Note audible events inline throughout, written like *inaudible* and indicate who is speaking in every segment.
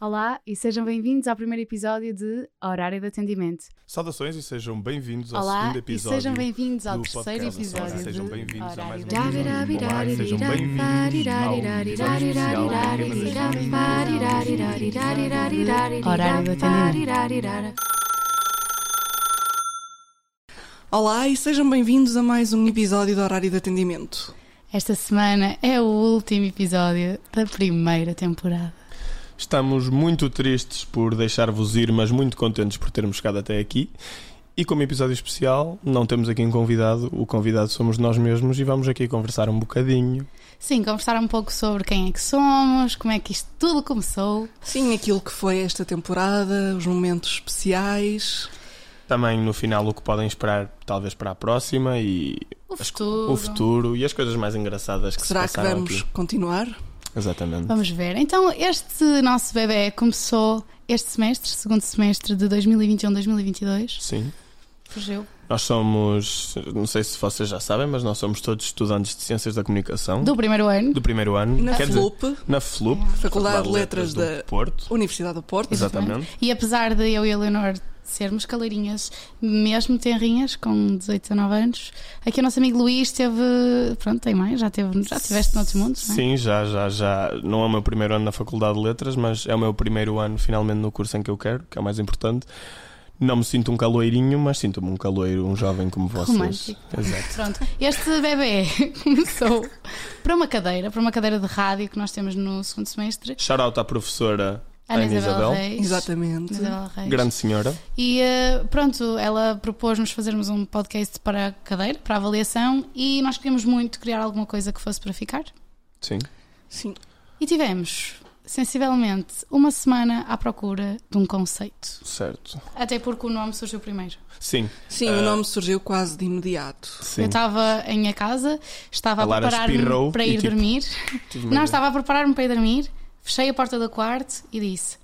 Speaker 1: Olá e sejam bem-vindos ao primeiro episódio de Horário de Atendimento.
Speaker 2: Saudações e sejam bem-vindos ao
Speaker 1: Olá
Speaker 2: segundo
Speaker 1: e
Speaker 2: episódio.
Speaker 1: sejam bem-vindos ao
Speaker 2: do
Speaker 1: terceiro
Speaker 2: podcast.
Speaker 1: episódio. de
Speaker 2: Sejam bem-vindos a mais um
Speaker 1: Horário de
Speaker 2: episódio.
Speaker 1: Atendimento.
Speaker 2: Olá e sejam bem-vindos ao episódio especial da Queima
Speaker 1: Horário de Atendimento.
Speaker 2: das
Speaker 3: Olá e sejam bem-vindos a mais um episódio do Horário de Atendimento.
Speaker 1: Esta semana é o último episódio da primeira temporada.
Speaker 2: Estamos muito tristes por deixar-vos ir, mas muito contentes por termos chegado até aqui. E como episódio especial, não temos aqui um convidado, o convidado somos nós mesmos e vamos aqui conversar um bocadinho.
Speaker 1: Sim, conversar um pouco sobre quem é que somos, como é que isto tudo começou.
Speaker 3: Sim, aquilo que foi esta temporada, os momentos especiais.
Speaker 2: Também no final o que podem esperar, talvez para a próxima e
Speaker 1: O futuro.
Speaker 2: o futuro e as coisas mais engraçadas que
Speaker 3: Será
Speaker 2: se
Speaker 3: que
Speaker 2: passaram
Speaker 3: vamos
Speaker 2: aqui.
Speaker 3: continuar?
Speaker 2: Exatamente.
Speaker 1: Vamos ver. Então, este nosso bebê começou este semestre, segundo semestre de 2021-2022.
Speaker 2: Sim.
Speaker 1: Surgiu.
Speaker 2: Nós somos, não sei se vocês já sabem, mas nós somos todos estudantes de Ciências da Comunicação
Speaker 1: Do primeiro ano.
Speaker 2: do primeiro ano.
Speaker 3: Na
Speaker 2: Quer dizer,
Speaker 3: FLUP,
Speaker 2: na FLUP,
Speaker 1: É.
Speaker 2: Faculdade,
Speaker 3: de Letras da-
Speaker 2: do Porto.
Speaker 3: Universidade do Porto.
Speaker 2: Exatamente.
Speaker 1: E apesar de eu e a Leonor sermos caleirinhas, mesmo tenrinhas, com 18, 19 anos, aqui o nosso amigo Luís teve. Pronto, tem mais, já, teve, já tiveste noutros mundos, não é?
Speaker 2: Sim, já, já, já. Não é o meu primeiro ano na Faculdade de Letras, mas é o meu primeiro ano finalmente no curso em que eu quero, que é o mais importante. Não me sinto um caloeirinho, mas sinto-me um caloeiro, um jovem como vocês.
Speaker 1: Romântico.
Speaker 2: Exato.
Speaker 1: Pronto, este bebê *laughs* começou para uma cadeira, para uma cadeira de rádio que nós temos no segundo semestre,
Speaker 2: Shout out à professora
Speaker 1: Ana
Speaker 2: Ana
Speaker 1: Isabel
Speaker 2: Isabel.
Speaker 1: Reis.
Speaker 3: Exatamente.
Speaker 1: Ana Isabel Reis.
Speaker 2: Grande Senhora.
Speaker 1: E eh, pronto, ela propôs-nos fazermos um podcast para a cadeira, para a avaliação, e nós queríamos muito criar alguma coisa que fosse para ficar.
Speaker 2: Sim.
Speaker 3: Sim.
Speaker 1: E tivemos, sensivelmente, uma semana à procura de um conceito.
Speaker 2: Certo.
Speaker 1: Até porque o nome surgiu primeiro.
Speaker 2: Sim.
Speaker 3: Sim,
Speaker 2: Ah.
Speaker 3: o nome surgiu quase de imediato.
Speaker 2: Sim.
Speaker 1: Eu estava em minha casa, estava
Speaker 2: A
Speaker 1: a,
Speaker 2: Lara espirrou
Speaker 1: preparar-me para
Speaker 2: e,
Speaker 1: ir
Speaker 2: tipo,
Speaker 1: dormir.
Speaker 2: Tive uma
Speaker 1: Não,
Speaker 2: ideia.
Speaker 1: estava a preparar-me para ir dormir, fechei a porta do quarto e disse: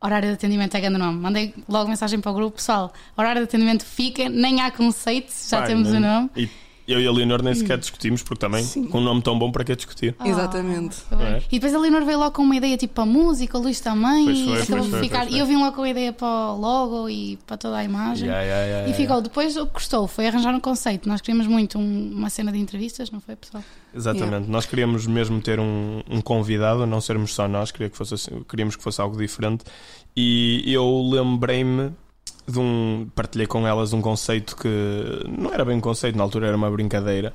Speaker 1: Horário de atendimento é grande nome. Mandei logo mensagem para o grupo: Pessoal, horário de atendimento fica, nem há conceito, já
Speaker 2: Pá,
Speaker 1: temos
Speaker 2: nem-
Speaker 1: o
Speaker 2: *laughs*
Speaker 1: nome. Hum.
Speaker 2: E eu é? e a Leonor nem sequer discutimos, porque também,
Speaker 3: Sim.
Speaker 2: com um nome tão bom, para que discutir?
Speaker 1: Ah,
Speaker 3: Exatamente.
Speaker 1: tá bem.
Speaker 2: Não é?
Speaker 1: E depois a Leonor veio logo com uma ideia tipo para a música, o Luís também,
Speaker 2: Pois
Speaker 1: e
Speaker 2: foi,
Speaker 1: acabou
Speaker 2: pois
Speaker 1: de
Speaker 2: foi,
Speaker 1: ficar.
Speaker 2: pois foi.
Speaker 1: E eu vim logo com a ideia para o logo e para toda a imagem.
Speaker 2: Yeah, yeah, yeah,
Speaker 1: E
Speaker 2: yeah,
Speaker 1: ficou. Depois o que custou foi arranjar um conceito. Nós queríamos muito um- uma cena de entrevistas, não foi,
Speaker 3: *laughs*
Speaker 1: pessoal?
Speaker 2: yeah. Exatamente. Nós queríamos mesmo ter um, um convidado, não sermos só nós, queria que fosse assim- queríamos que fosse algo diferente. E eu lembrei-me de um. Partilhei com elas um conceito que não era bem um conceito, na altura era uma brincadeira.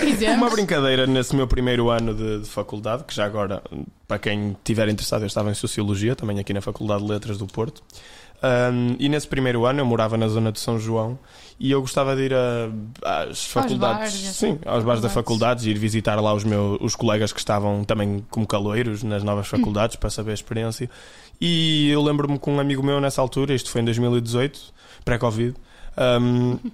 Speaker 1: Dizemos.
Speaker 2: Uma brincadeira nesse meu primeiro ano de, de faculdade, que já agora, para quem estiver interessado, eu estava em Sociologia, também aqui na Faculdade de Letras do Porto. Ahm, e nesse primeiro ano eu morava na zona de São João e eu gostava de ir a- às faculdades,
Speaker 1: bares e assim. às
Speaker 2: sim, aos bares da
Speaker 1: faculdades.
Speaker 2: faculdade, ir visitar lá os meus os colegas que estavam também como caloeiros nas
Speaker 1: *laughs*
Speaker 2: novas faculdades para saber a experiência. E eu lembro-me que um amigo meu nessa altura, isto foi em 2018, pré-Covid, ahm, *laughs*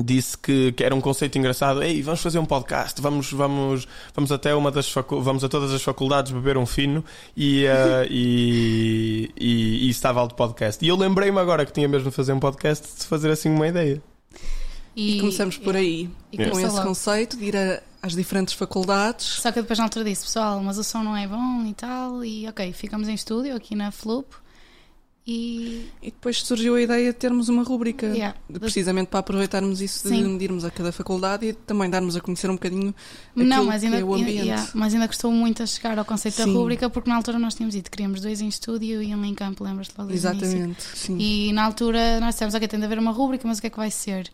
Speaker 2: disse que, que era um conceito engraçado. Ei, vamos fazer um podcast, vamos, vamos, vamos até uma das facu- vamos a todas as faculdades beber um fino e,
Speaker 1: *laughs*
Speaker 2: eh, e, e, e estava alto podcast. E eu lembrei-me agora que tinha mesmo de fazer um podcast de fazer assim uma ideia.
Speaker 3: E começamos por aí,
Speaker 1: e
Speaker 2: Yeah.
Speaker 3: com
Speaker 1: começou
Speaker 3: esse
Speaker 1: logo.
Speaker 3: conceito de ir a- às diferentes faculdades.
Speaker 1: Só que eu depois na altura disse, pessoal, mas o som não é bom e tal. E ok, ficamos em estúdio aqui na Floop. E.
Speaker 3: E depois surgiu a ideia de termos uma rúbrica,
Speaker 1: Yeah.
Speaker 3: de- precisamente para aproveitarmos isso de,
Speaker 1: Sim.
Speaker 3: de irmos a cada faculdade e também darmos a conhecer um bocadinho
Speaker 1: Não,
Speaker 3: aquilo
Speaker 1: mas
Speaker 3: que
Speaker 1: ainda,
Speaker 3: é o
Speaker 1: ainda-
Speaker 3: ambiente.
Speaker 1: yeah, mas ainda custou muito a chegar ao conceito da
Speaker 3: Sim.
Speaker 1: rúbrica, porque na altura nós tínhamos dito, queríamos dois em estúdio e um em campo, lembras-te logo do início?
Speaker 3: Exatamente, sim.
Speaker 1: E na altura nós dissemos, ok, tem de haver uma rúbrica, mas o que é que vai ser?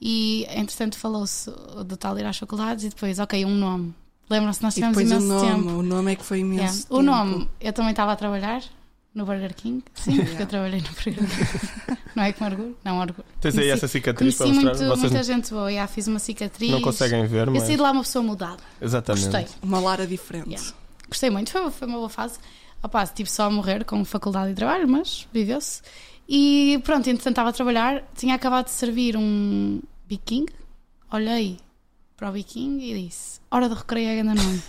Speaker 1: E entretanto falou-se do tal ir às faculdades e depois, ok, um nome. Lembram-se, nós
Speaker 3: E
Speaker 1: tivemos
Speaker 3: depois o
Speaker 1: imenso
Speaker 3: nome,
Speaker 1: tempo.
Speaker 3: o nome é que foi imenso.
Speaker 1: Yeah.
Speaker 3: tempo.
Speaker 1: O nome, eu também estava a trabalhar no Burger King, sim, porque eu trabalhei no Burger King.
Speaker 3: *laughs*
Speaker 1: não é com orgulho? Não, orgulho.
Speaker 2: Tens aí
Speaker 1: Conheci-
Speaker 2: essa cicatriz
Speaker 1: Conheci
Speaker 2: para mostrar.
Speaker 1: muito,
Speaker 2: Vocês
Speaker 1: muita gente boa, yeah, fiz uma cicatriz.
Speaker 2: não conseguem ver,
Speaker 1: Eu
Speaker 2: mas.
Speaker 1: saí de lá uma pessoa mudada.
Speaker 2: Exatamente.
Speaker 1: Gostei.
Speaker 3: Uma Lara diferente.
Speaker 1: Yeah. Gostei muito, foi, foi uma boa fase. Opá, tive só a morrer com faculdade e trabalho, mas viveu-se. E pronto, entretanto estava a trabalhar, tinha acabado de servir um Big King, olhei para o Big King e disse: Hora de recreio é grande nome.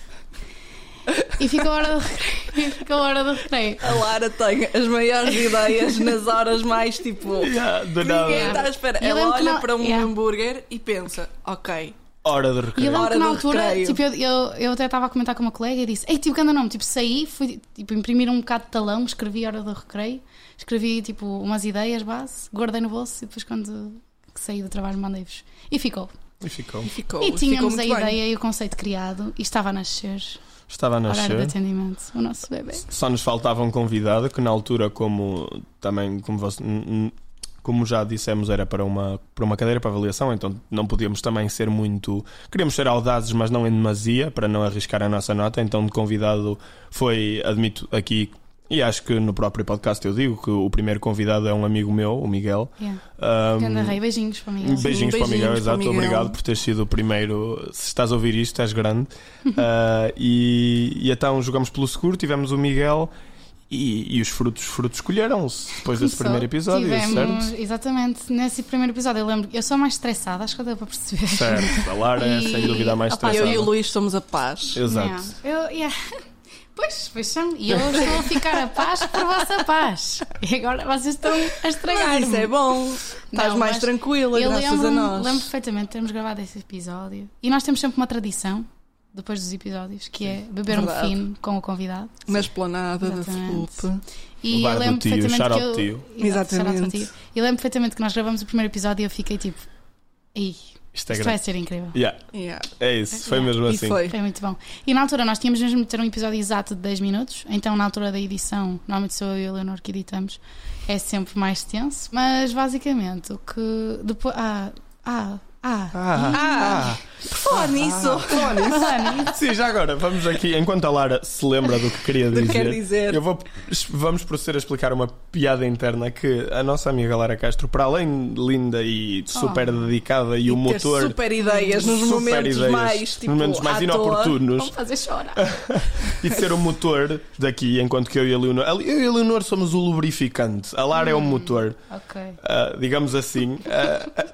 Speaker 1: e ficou a hora de recreio. e Ficou a hora de recreio.
Speaker 3: A Lara tem as maiores ideias nas horas mais tipo. *laughs*
Speaker 2: Yeah, do nada.
Speaker 3: Ninguém está à espera.
Speaker 1: E eu
Speaker 3: Ela
Speaker 1: lembro que
Speaker 3: olha
Speaker 1: não-
Speaker 3: para um
Speaker 1: yeah.
Speaker 3: hambúrguer e pensa: ok,
Speaker 2: Hora
Speaker 1: E
Speaker 2: de
Speaker 1: eu
Speaker 2: recreio.
Speaker 1: lembro
Speaker 3: Hora
Speaker 1: que na
Speaker 3: do
Speaker 1: altura,
Speaker 3: recreio.
Speaker 1: tipo, eu, eu, eu até estava a comentar com uma colega e disse: Ei, tipo, grande nome. Tipo, saí, fui tipo, imprimir um bocado de talão, escrevi Hora do Recreio, escrevi, tipo, umas ideias base, guardei no bolso e depois, quando saí do trabalho, mandei-vos. E ficou.
Speaker 2: E ficou.
Speaker 3: E ficou.
Speaker 1: e tínhamos
Speaker 3: ficou
Speaker 1: a
Speaker 3: muito bem.
Speaker 1: ideia e o conceito criado e estava a nascer.
Speaker 2: Estava a
Speaker 1: Horário de
Speaker 2: nascer.
Speaker 1: atendimento, o nosso bebê.
Speaker 2: Só nos faltava um convidado que na altura, como também como, você- n- n- como já dissemos, era para uma, para uma cadeira para avaliação, então não podíamos também ser muito. Queríamos ser audazes, mas não em demasia, para não arriscar a nossa nota. Então, de convidado foi, admito aqui, e acho que no próprio podcast eu digo que o primeiro convidado é um amigo meu, o Miguel. Um,
Speaker 1: Yeah.
Speaker 2: Ahm,
Speaker 1: Ganda Rei, beijinhos para mim.
Speaker 2: Beijinhos para o Miguel,
Speaker 3: Beijinhos
Speaker 2: exato.
Speaker 3: para o Miguel.
Speaker 2: Obrigado por teres sido o primeiro. Se estás a ouvir isto, és grande. Ah, e, e então jogamos pelo seguro, tivemos o Miguel e, e os frutos, frutos escolheram-se depois desse
Speaker 1: Começou,
Speaker 2: primeiro episódio,
Speaker 1: tivemos-
Speaker 2: certo?
Speaker 1: Exatamente, nesse primeiro episódio eu lembro, eu sou a mais estressada, acho que deu para perceber.
Speaker 2: Certo, a Lara é sem
Speaker 1: E-
Speaker 2: dúvida a mais
Speaker 1: Opa,
Speaker 3: Eu
Speaker 2: estressada.
Speaker 3: e o Luís somos a paz.
Speaker 2: Exato.
Speaker 1: Yeah. É. Eu, yeah. *laughs* Pois, pois são. E eu estou a ficar a paz por vossa paz. E agora vocês estão a estragar.
Speaker 3: Mas isso é bom. Estás mais
Speaker 1: mas
Speaker 3: tranquila,
Speaker 1: Eu
Speaker 3: graças a
Speaker 1: lembro,
Speaker 3: nós.
Speaker 1: lembro perfeitamente de termos gravado esse episódio. E nós temos sempre uma tradição, depois dos episódios, que é beber
Speaker 3: Verdade.
Speaker 1: um fino com o convidado.
Speaker 3: Na esplanada da
Speaker 1: Exatamente.
Speaker 3: FUP.
Speaker 1: E
Speaker 2: O bar
Speaker 1: eu
Speaker 2: do
Speaker 1: lembro
Speaker 2: tio,
Speaker 1: perfeitamente
Speaker 2: shout
Speaker 1: que
Speaker 2: out
Speaker 1: eu...
Speaker 2: tio.
Speaker 1: Exato, shout out
Speaker 3: Exatamente.
Speaker 1: ao tio. Eu lembro perfeitamente que nós gravamos o primeiro episódio e eu fiquei tipo... Ei,
Speaker 2: Isto é
Speaker 1: isto vai
Speaker 2: grande.
Speaker 1: ser incrível.
Speaker 2: Yeah,
Speaker 3: Yeah.
Speaker 2: é isso, foi
Speaker 1: Yeah.
Speaker 2: mesmo
Speaker 3: E
Speaker 2: assim.
Speaker 3: foi.
Speaker 1: Foi muito bom. E na altura nós tínhamos mesmo de ter um episódio exato de 10 minutos, então na altura da edição, normalmente sou eu e a Leonor que editamos, é sempre mais tenso, mas basicamente o que depois. Ah, ah, ah.
Speaker 2: Ah,
Speaker 3: Por falar nisso,
Speaker 1: Melanie,
Speaker 2: ah. Sim, já agora, vamos aqui, enquanto a Lara se lembra do que queria
Speaker 3: do
Speaker 2: dizer.
Speaker 3: que quer dizer.
Speaker 2: Eu vou, vamos proceder a explicar uma piada interna que a nossa amiga Lara Castro, para além de linda e super dedicada e, o
Speaker 3: Oh. ter
Speaker 2: motor
Speaker 3: super ideias nos
Speaker 2: super
Speaker 3: momentos
Speaker 2: ideias,
Speaker 3: mais tipo
Speaker 2: nos momentos mais
Speaker 3: à toa.
Speaker 1: vão
Speaker 2: inoportunos
Speaker 1: fazer chorar.
Speaker 2: *laughs* e ser o motor daqui, enquanto que eu e a Leonor, a- eu e a Leonor somos o lubrificante, a Lara é
Speaker 3: Hum.
Speaker 2: o motor,
Speaker 1: Ok.
Speaker 2: ah, digamos assim, ah, ah,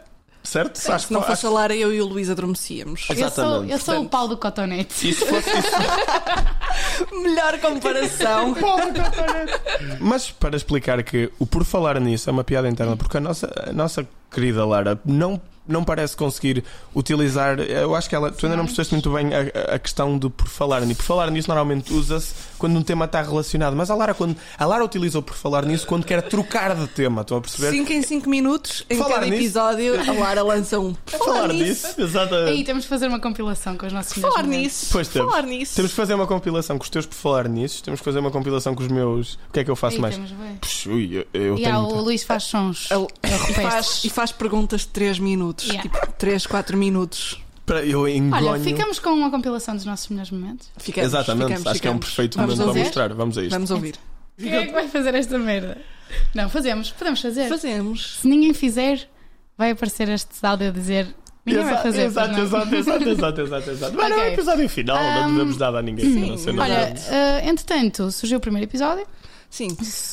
Speaker 2: certo? Acho
Speaker 3: Se não
Speaker 2: que-
Speaker 3: fosse a
Speaker 2: acho-
Speaker 3: Lara, eu e o Luís adormecíamos.
Speaker 1: Eu sou,
Speaker 2: Exatamente.
Speaker 1: eu sou o pau do cotonete.
Speaker 2: e se fosse isso-
Speaker 3: Melhor *laughs* comparação.
Speaker 2: *laughs* Mas para explicar que o por falar nisso é uma piada interna, porque a nossa, a nossa querida Lara não, não parece conseguir utilizar. Eu acho que ela. Tu ainda não percebeste muito bem a, a questão do por falar nisso. Por falar nisso normalmente usa-se quando um tema está relacionado. Mas a Lara, quando, a Lara utiliza o por falar nisso quando quer trocar de tema, estão a perceber?
Speaker 3: 5 em 5 minutos, em
Speaker 2: Falar
Speaker 3: cada
Speaker 2: nisso.
Speaker 3: episódio, a Lara lança *laughs* um.
Speaker 2: Por falar nisso,
Speaker 1: Aí
Speaker 2: exatamente.
Speaker 1: temos de fazer uma compilação com os nossos
Speaker 3: Falar
Speaker 1: melhores momentos.
Speaker 3: nisso.
Speaker 2: Pois temos.
Speaker 3: falar nisso.
Speaker 2: Temos que fazer uma compilação com os teus por falar nisso, temos que fazer uma compilação com os meus. O que é que eu faço
Speaker 1: Aí
Speaker 2: mais?
Speaker 1: temos, bem.
Speaker 2: Puxa, ui, eu, eu
Speaker 1: E
Speaker 2: tenho
Speaker 1: há,
Speaker 2: muita- É
Speaker 1: o Luís faz sons.
Speaker 3: Ele- e,
Speaker 1: arrepeste.
Speaker 3: faz, e faz perguntas de 3 minutos.
Speaker 1: Yeah.
Speaker 3: Tipo, 3, 4 minutos.
Speaker 2: Espera, Eu engonho.
Speaker 1: Olha, ficamos com uma compilação dos nossos melhores momentos.
Speaker 3: Ficamos,
Speaker 2: Exatamente,
Speaker 3: ficamos,
Speaker 2: acho que é um
Speaker 3: ficamos.
Speaker 2: perfeito
Speaker 1: Vamos
Speaker 2: momento para
Speaker 1: fazer?
Speaker 2: mostrar. Vamos a isto.
Speaker 3: Vamos ouvir.
Speaker 1: Quem é que vai fazer esta merda? Não, fazemos, podemos fazer.
Speaker 3: Fazemos.
Speaker 1: Se ninguém fizer, vai aparecer este áudio a dizer ninguém vai fazer. pois
Speaker 2: exato,
Speaker 1: não?" *laughs*
Speaker 2: exato, exato, exato, exato, exato. Mas não é
Speaker 1: Ok.
Speaker 2: um episódio final, não
Speaker 1: Um,
Speaker 2: devemos nada a ninguém.
Speaker 3: sim.
Speaker 2: não sei, não
Speaker 1: Olha,
Speaker 2: devemos.
Speaker 1: eh, entretanto, surgiu o primeiro episódio.
Speaker 3: Sim.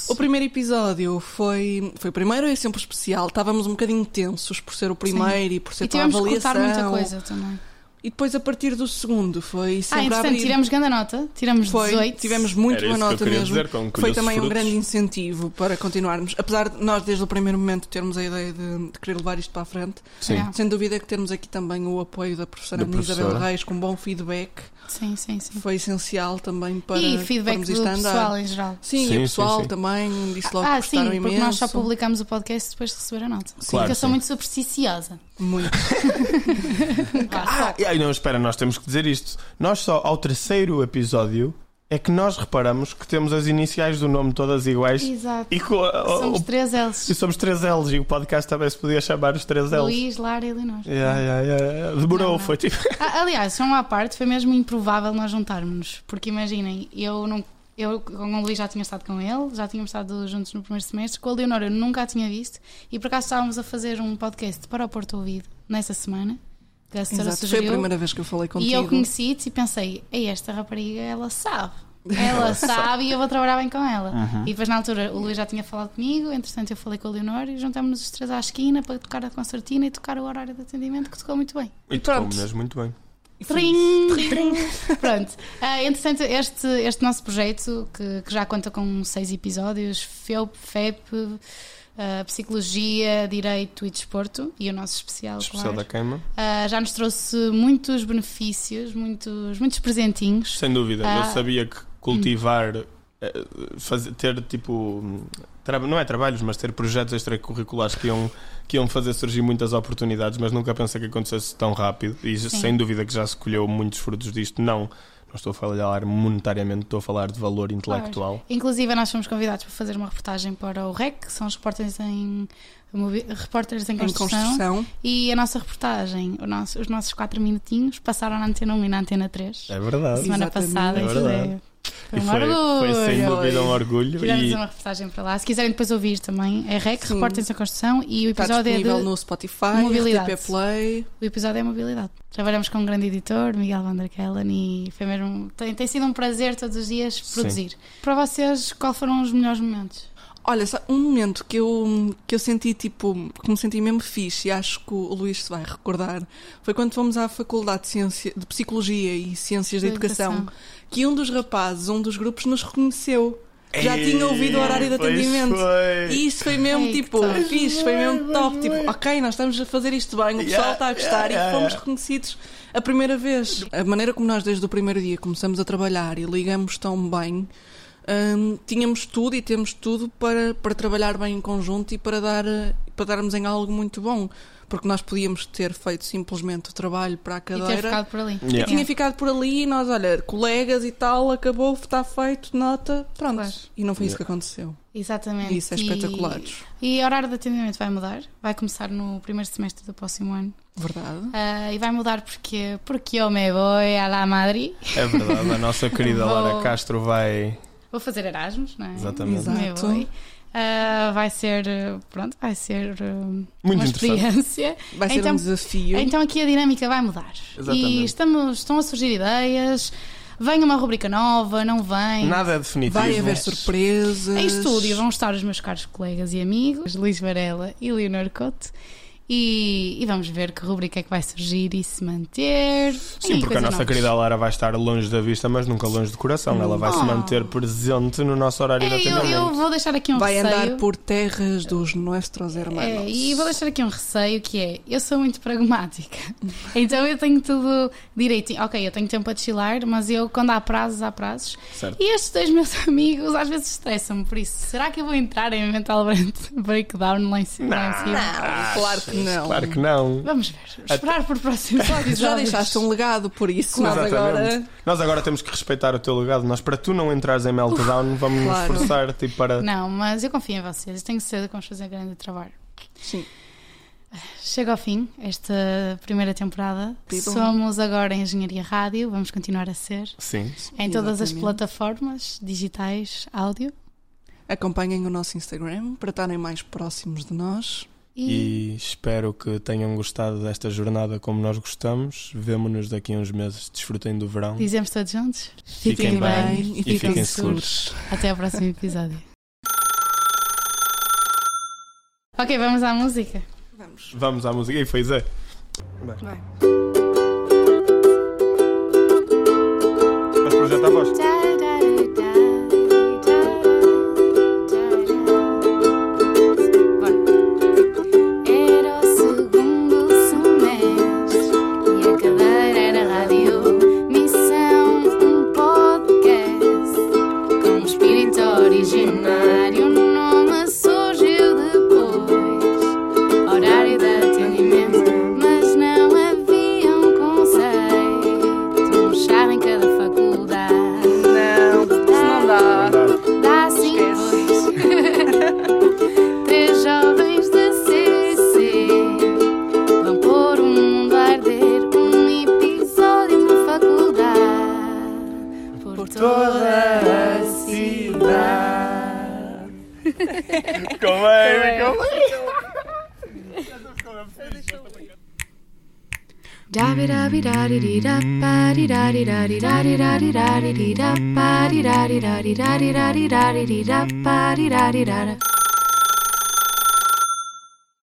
Speaker 3: O primeiro episódio foi, foi o primeiro e é sempre especial. Estávamos um bocadinho tensos por ser o primeiro e por ser
Speaker 1: E
Speaker 3: toda a
Speaker 1: tivemos que
Speaker 3: avaliação.
Speaker 1: cortar muita coisa também.
Speaker 3: E depois a partir do segundo foi
Speaker 1: Ah,
Speaker 3: sempre a
Speaker 1: entretanto,
Speaker 3: abrir.
Speaker 1: tiramos grande nota, tiramos
Speaker 3: Foi,
Speaker 1: 18.
Speaker 3: tivemos
Speaker 2: Era
Speaker 3: muito
Speaker 2: isso
Speaker 3: boa
Speaker 2: que eu
Speaker 3: nota
Speaker 2: queria
Speaker 3: mesmo.
Speaker 2: dizer, com
Speaker 3: foi também um
Speaker 2: colhas de
Speaker 3: grande
Speaker 2: frutos.
Speaker 3: incentivo para continuarmos. Apesar de nós, desde o primeiro momento, termos a ideia de, de querer levar isto para a frente,
Speaker 2: Sim.
Speaker 1: Yeah.
Speaker 3: sem dúvida que termos aqui também o apoio da professora
Speaker 2: Da
Speaker 3: Ana Isabel
Speaker 2: professora.
Speaker 3: Reis com bom feedback
Speaker 1: Sim, sim, sim.
Speaker 3: foi essencial também para
Speaker 1: e feedback do
Speaker 3: pormos isto a andar.
Speaker 1: pessoal em geral.
Speaker 3: Sim,
Speaker 2: Sim,
Speaker 3: e o pessoal
Speaker 2: sim, sim.
Speaker 3: também disse logo
Speaker 1: Ah,
Speaker 3: que
Speaker 1: sim,
Speaker 3: gostaram
Speaker 1: porque
Speaker 3: imenso.
Speaker 1: nós só publicamos o podcast depois de receber a nota. Sim,
Speaker 2: Claro,
Speaker 1: porque eu sou
Speaker 2: sim.
Speaker 1: muito supersticiosa.
Speaker 3: Muito.
Speaker 1: Vá,
Speaker 2: Ah,
Speaker 1: só.
Speaker 2: e aí, não, espera, nós temos que dizer isto. Nós só ao terceiro episódio é que nós reparamos que temos as iniciais do nome todas iguais
Speaker 1: Exato.
Speaker 2: e oh, com a- o-
Speaker 1: Somos
Speaker 2: o-
Speaker 1: três L's.
Speaker 2: e somos três L's e o podcast também se podia chamar os três é L's.
Speaker 1: Luís, Lara e Leonor.
Speaker 2: Yeah, yeah, yeah, yeah. Demorou,
Speaker 1: Não, não.
Speaker 2: foi tipo.
Speaker 1: Ah, Aliás, só uma à parte, foi mesmo improvável nós juntarmos-nos, porque imaginem, eu não. Eu com o Luís já tinha estado com ele, já tínhamos estado juntos no primeiro semestre, com a Leonora eu nunca a tinha visto e por acaso estávamos a fazer um podcast para o Porto Ouvido nessa semana, que a senhora
Speaker 3: Exato. Foi a
Speaker 1: sugeriu.
Speaker 3: primeira vez que eu falei contigo.
Speaker 1: e eu conheci-te e pensei, ei, esta rapariga ela
Speaker 3: *laughs*
Speaker 1: sabe. Ela sabe e eu vou trabalhar bem com ela. E depois na altura o Luís já tinha falado comigo, entretanto eu falei com a Leonora e juntámos-nos os três à esquina para tocar a concertina e tocar o horário de atendimento que tocou muito bem.
Speaker 2: E
Speaker 3: pronto.
Speaker 2: tocou mesmo muito bem.
Speaker 1: Trim. *laughs* Pronto. Ah, entretanto, este, este nosso projeto, que, que já conta com seis episódios, FEUP, FEP, ah, Psicologia, Direito e Desporto, e o nosso especial,
Speaker 2: Especial
Speaker 1: claro.
Speaker 2: da queima.
Speaker 1: Ah, já nos trouxe muitos benefícios, muitos, muitos presentinhos.
Speaker 2: Sem dúvida.
Speaker 1: Ah.
Speaker 2: Eu sabia que cultivar, eh, fazer, ter tipo. tra- Não é trabalhos, mas ter projetos extracurriculares que iam, que iam fazer surgir muitas oportunidades, mas nunca pensei que acontecesse tão rápido. E sem dúvida que já se colheu muitos frutos disto. Não, não estou a falar monetariamente, estou a falar de valor intelectual.
Speaker 1: Inclusive, nós fomos convidados para fazer uma reportagem para o REC, que são os repórteres em, movi- repórteres em
Speaker 3: Em
Speaker 1: construção.
Speaker 3: construção.
Speaker 1: E a nossa reportagem, o nosso- os nossos 4 minutinhos, passaram na antena 1 e na antena 3.
Speaker 2: É
Speaker 1: A
Speaker 2: verdade.
Speaker 1: semana
Speaker 3: Exatamente.
Speaker 1: passada,
Speaker 2: É
Speaker 1: isso
Speaker 2: verdade.
Speaker 1: Foi
Speaker 2: E
Speaker 1: um
Speaker 2: foi,
Speaker 1: orgulho.
Speaker 2: foi sem dúvida um orgulho.
Speaker 1: Tivemos
Speaker 2: E
Speaker 1: uma reportagem para lá. Se quiserem depois ouvir também, é REC,
Speaker 3: Sim.
Speaker 1: Repórteres em Construção, e o
Speaker 3: Está
Speaker 1: episódio, é de,
Speaker 3: disponível no Spotify,
Speaker 1: mobilidade.
Speaker 3: RTP Play.
Speaker 1: o episódio é Mobilidade. Trabalhamos com um grande editor, Miguel Vanderkellen, e foi mesmo. Tem, tem sido um prazer todos os dias produzir. Para vocês, qual foram os melhores momentos?
Speaker 3: Olha, só um momento que eu, que eu senti, tipo, que me senti mesmo fixe, e acho que o Luís se vai recordar, foi quando fomos à Faculdade de, Ciência, de Psicologia e Ciências da
Speaker 1: Da
Speaker 3: educação,
Speaker 1: Educação.
Speaker 3: que um dos rapazes, um dos grupos, nos reconheceu. Já tinha ouvido o horário de
Speaker 2: Pois
Speaker 3: atendimento.
Speaker 2: foi.
Speaker 3: E isso foi mesmo,
Speaker 1: Ai, que
Speaker 3: tipo,
Speaker 1: top.
Speaker 3: fixe, foi mesmo
Speaker 2: Pois
Speaker 3: top.
Speaker 2: foi.
Speaker 3: Tipo, ok, nós estamos a fazer isto bem, o
Speaker 2: Yeah,
Speaker 3: pessoal está a gostar
Speaker 2: yeah,
Speaker 3: e
Speaker 2: yeah,
Speaker 3: fomos
Speaker 2: yeah.
Speaker 3: reconhecidos a primeira vez. A maneira como nós, desde o primeiro dia, começamos a trabalhar e ligamos tão bem, hum, tínhamos tudo e temos tudo para, para trabalhar bem em conjunto e para, dar, eh, para darmos em algo muito bom. Porque nós podíamos ter feito simplesmente o trabalho para a
Speaker 1: E ter
Speaker 3: cadeira.
Speaker 1: ficado por ali.
Speaker 2: Yeah.
Speaker 3: Tinha ficado por ali e nós, olha, colegas e tal, acabou, está feito, nota, pronto.
Speaker 1: Claro.
Speaker 3: E não foi isso que aconteceu.
Speaker 1: Exatamente.
Speaker 3: E isso é
Speaker 1: E-
Speaker 3: espetacular.
Speaker 1: E o horário de atendimento vai mudar. Vai começar no primeiro semestre do próximo ano.
Speaker 3: Verdade.
Speaker 1: Ah, e vai mudar porque, porque eu me vou a la Madrid.
Speaker 2: É verdade, a nossa querida
Speaker 1: Vou-
Speaker 2: Lara Castro vai.
Speaker 1: Vou fazer Erasmus, não é?
Speaker 2: Exatamente.
Speaker 3: Exato.
Speaker 1: Me vou. Ah, vai ser, eh, pronto, vai ser eh,
Speaker 2: Muito
Speaker 1: uma
Speaker 2: interessante.
Speaker 1: experiência.
Speaker 3: Vai ser
Speaker 1: Então-
Speaker 3: um desafio.
Speaker 1: Então aqui a dinâmica vai mudar. E
Speaker 2: Exatamente.
Speaker 1: estamos, estão a surgir ideias. Vem uma rubrica nova, não vem.
Speaker 2: Nada é definitivo.
Speaker 3: Vai haver surpresas.
Speaker 1: Em estúdio vão estar os meus caros colegas e amigos, Luís Varela e Leonor Couto. E, e vamos ver que rubrica é que vai surgir e se manter.
Speaker 2: Sim,
Speaker 1: E
Speaker 2: porque a
Speaker 1: coisas
Speaker 2: nossa
Speaker 1: novas.
Speaker 2: querida Lara vai estar longe da vista, mas nunca longe do coração. Ela vai se
Speaker 1: Oh.
Speaker 2: manter presente no nosso horário de
Speaker 1: É, eu,
Speaker 2: atendimento.
Speaker 1: eu vou deixar aqui um
Speaker 3: Vai
Speaker 1: receio.
Speaker 3: andar por terras dos nossos hermanos.
Speaker 1: É, e vou deixar aqui um receio que é, eu sou muito pragmática, *laughs* então eu tenho tudo direitinho. Ok, eu tenho tempo a desfilar, mas eu quando há prazos, há prazos.
Speaker 2: Certo.
Speaker 1: E estes dois meus *laughs* amigos às vezes estressam-me por isso. Será que eu vou entrar em mental break- *laughs* breakdown lá em cima? lá em cima?
Speaker 3: Não, claro que não.
Speaker 2: Ah, Claro que não.
Speaker 1: Vamos ver, esperar por próximos
Speaker 3: Tu
Speaker 1: episódios.
Speaker 3: *laughs* Já deixaste um legado por isso, mas
Speaker 2: Exatamente.
Speaker 3: agora.
Speaker 2: Nós agora temos que respeitar o teu legado. Nós, para tu não entrares em meltdown, vamos
Speaker 3: Claro.
Speaker 2: nos esforçar tipo, para.
Speaker 1: Não, mas eu confio em vocês, eu tenho certeza que vamos fazer grande trabalho.
Speaker 3: Sim.
Speaker 1: Chega ao fim esta primeira temporada.
Speaker 3: Que bom.
Speaker 1: Somos agora Engenharia Rádio, vamos continuar a ser.
Speaker 2: Sim.
Speaker 1: Em todas as
Speaker 3: Exatamente.
Speaker 1: plataformas digitais, áudio
Speaker 3: Acompanhem o nosso Instagram para estarem mais próximos de nós.
Speaker 1: e,
Speaker 2: E espero que tenham gostado desta jornada como nós gostamos. Vemo-nos daqui a uns meses. Desfrutem do verão.
Speaker 1: dizemos todos juntos.
Speaker 2: Fiquem bem
Speaker 3: e,
Speaker 2: e fiquem seguros.
Speaker 1: Até ao próximo episódio. ok, vamos à música.
Speaker 3: Vamos.
Speaker 2: Vamos à música. E foi Zé.
Speaker 3: Vai.
Speaker 2: Mas projeta a voz.
Speaker 4: Era o segundo semestre e a cadeira era rádio. Missão, um podcast com um espírito originário. O nome surgiu depois, horário de atendimento. Mas não havia um conceito, um chave em cada faculdade.
Speaker 3: Não, isso não dá.
Speaker 4: Dá sim, pois. Três jovens da CC vão pôr o mundo a arder. Um episódio na faculdade por, toda a cidade.
Speaker 2: Como é? Como é?
Speaker 4: Da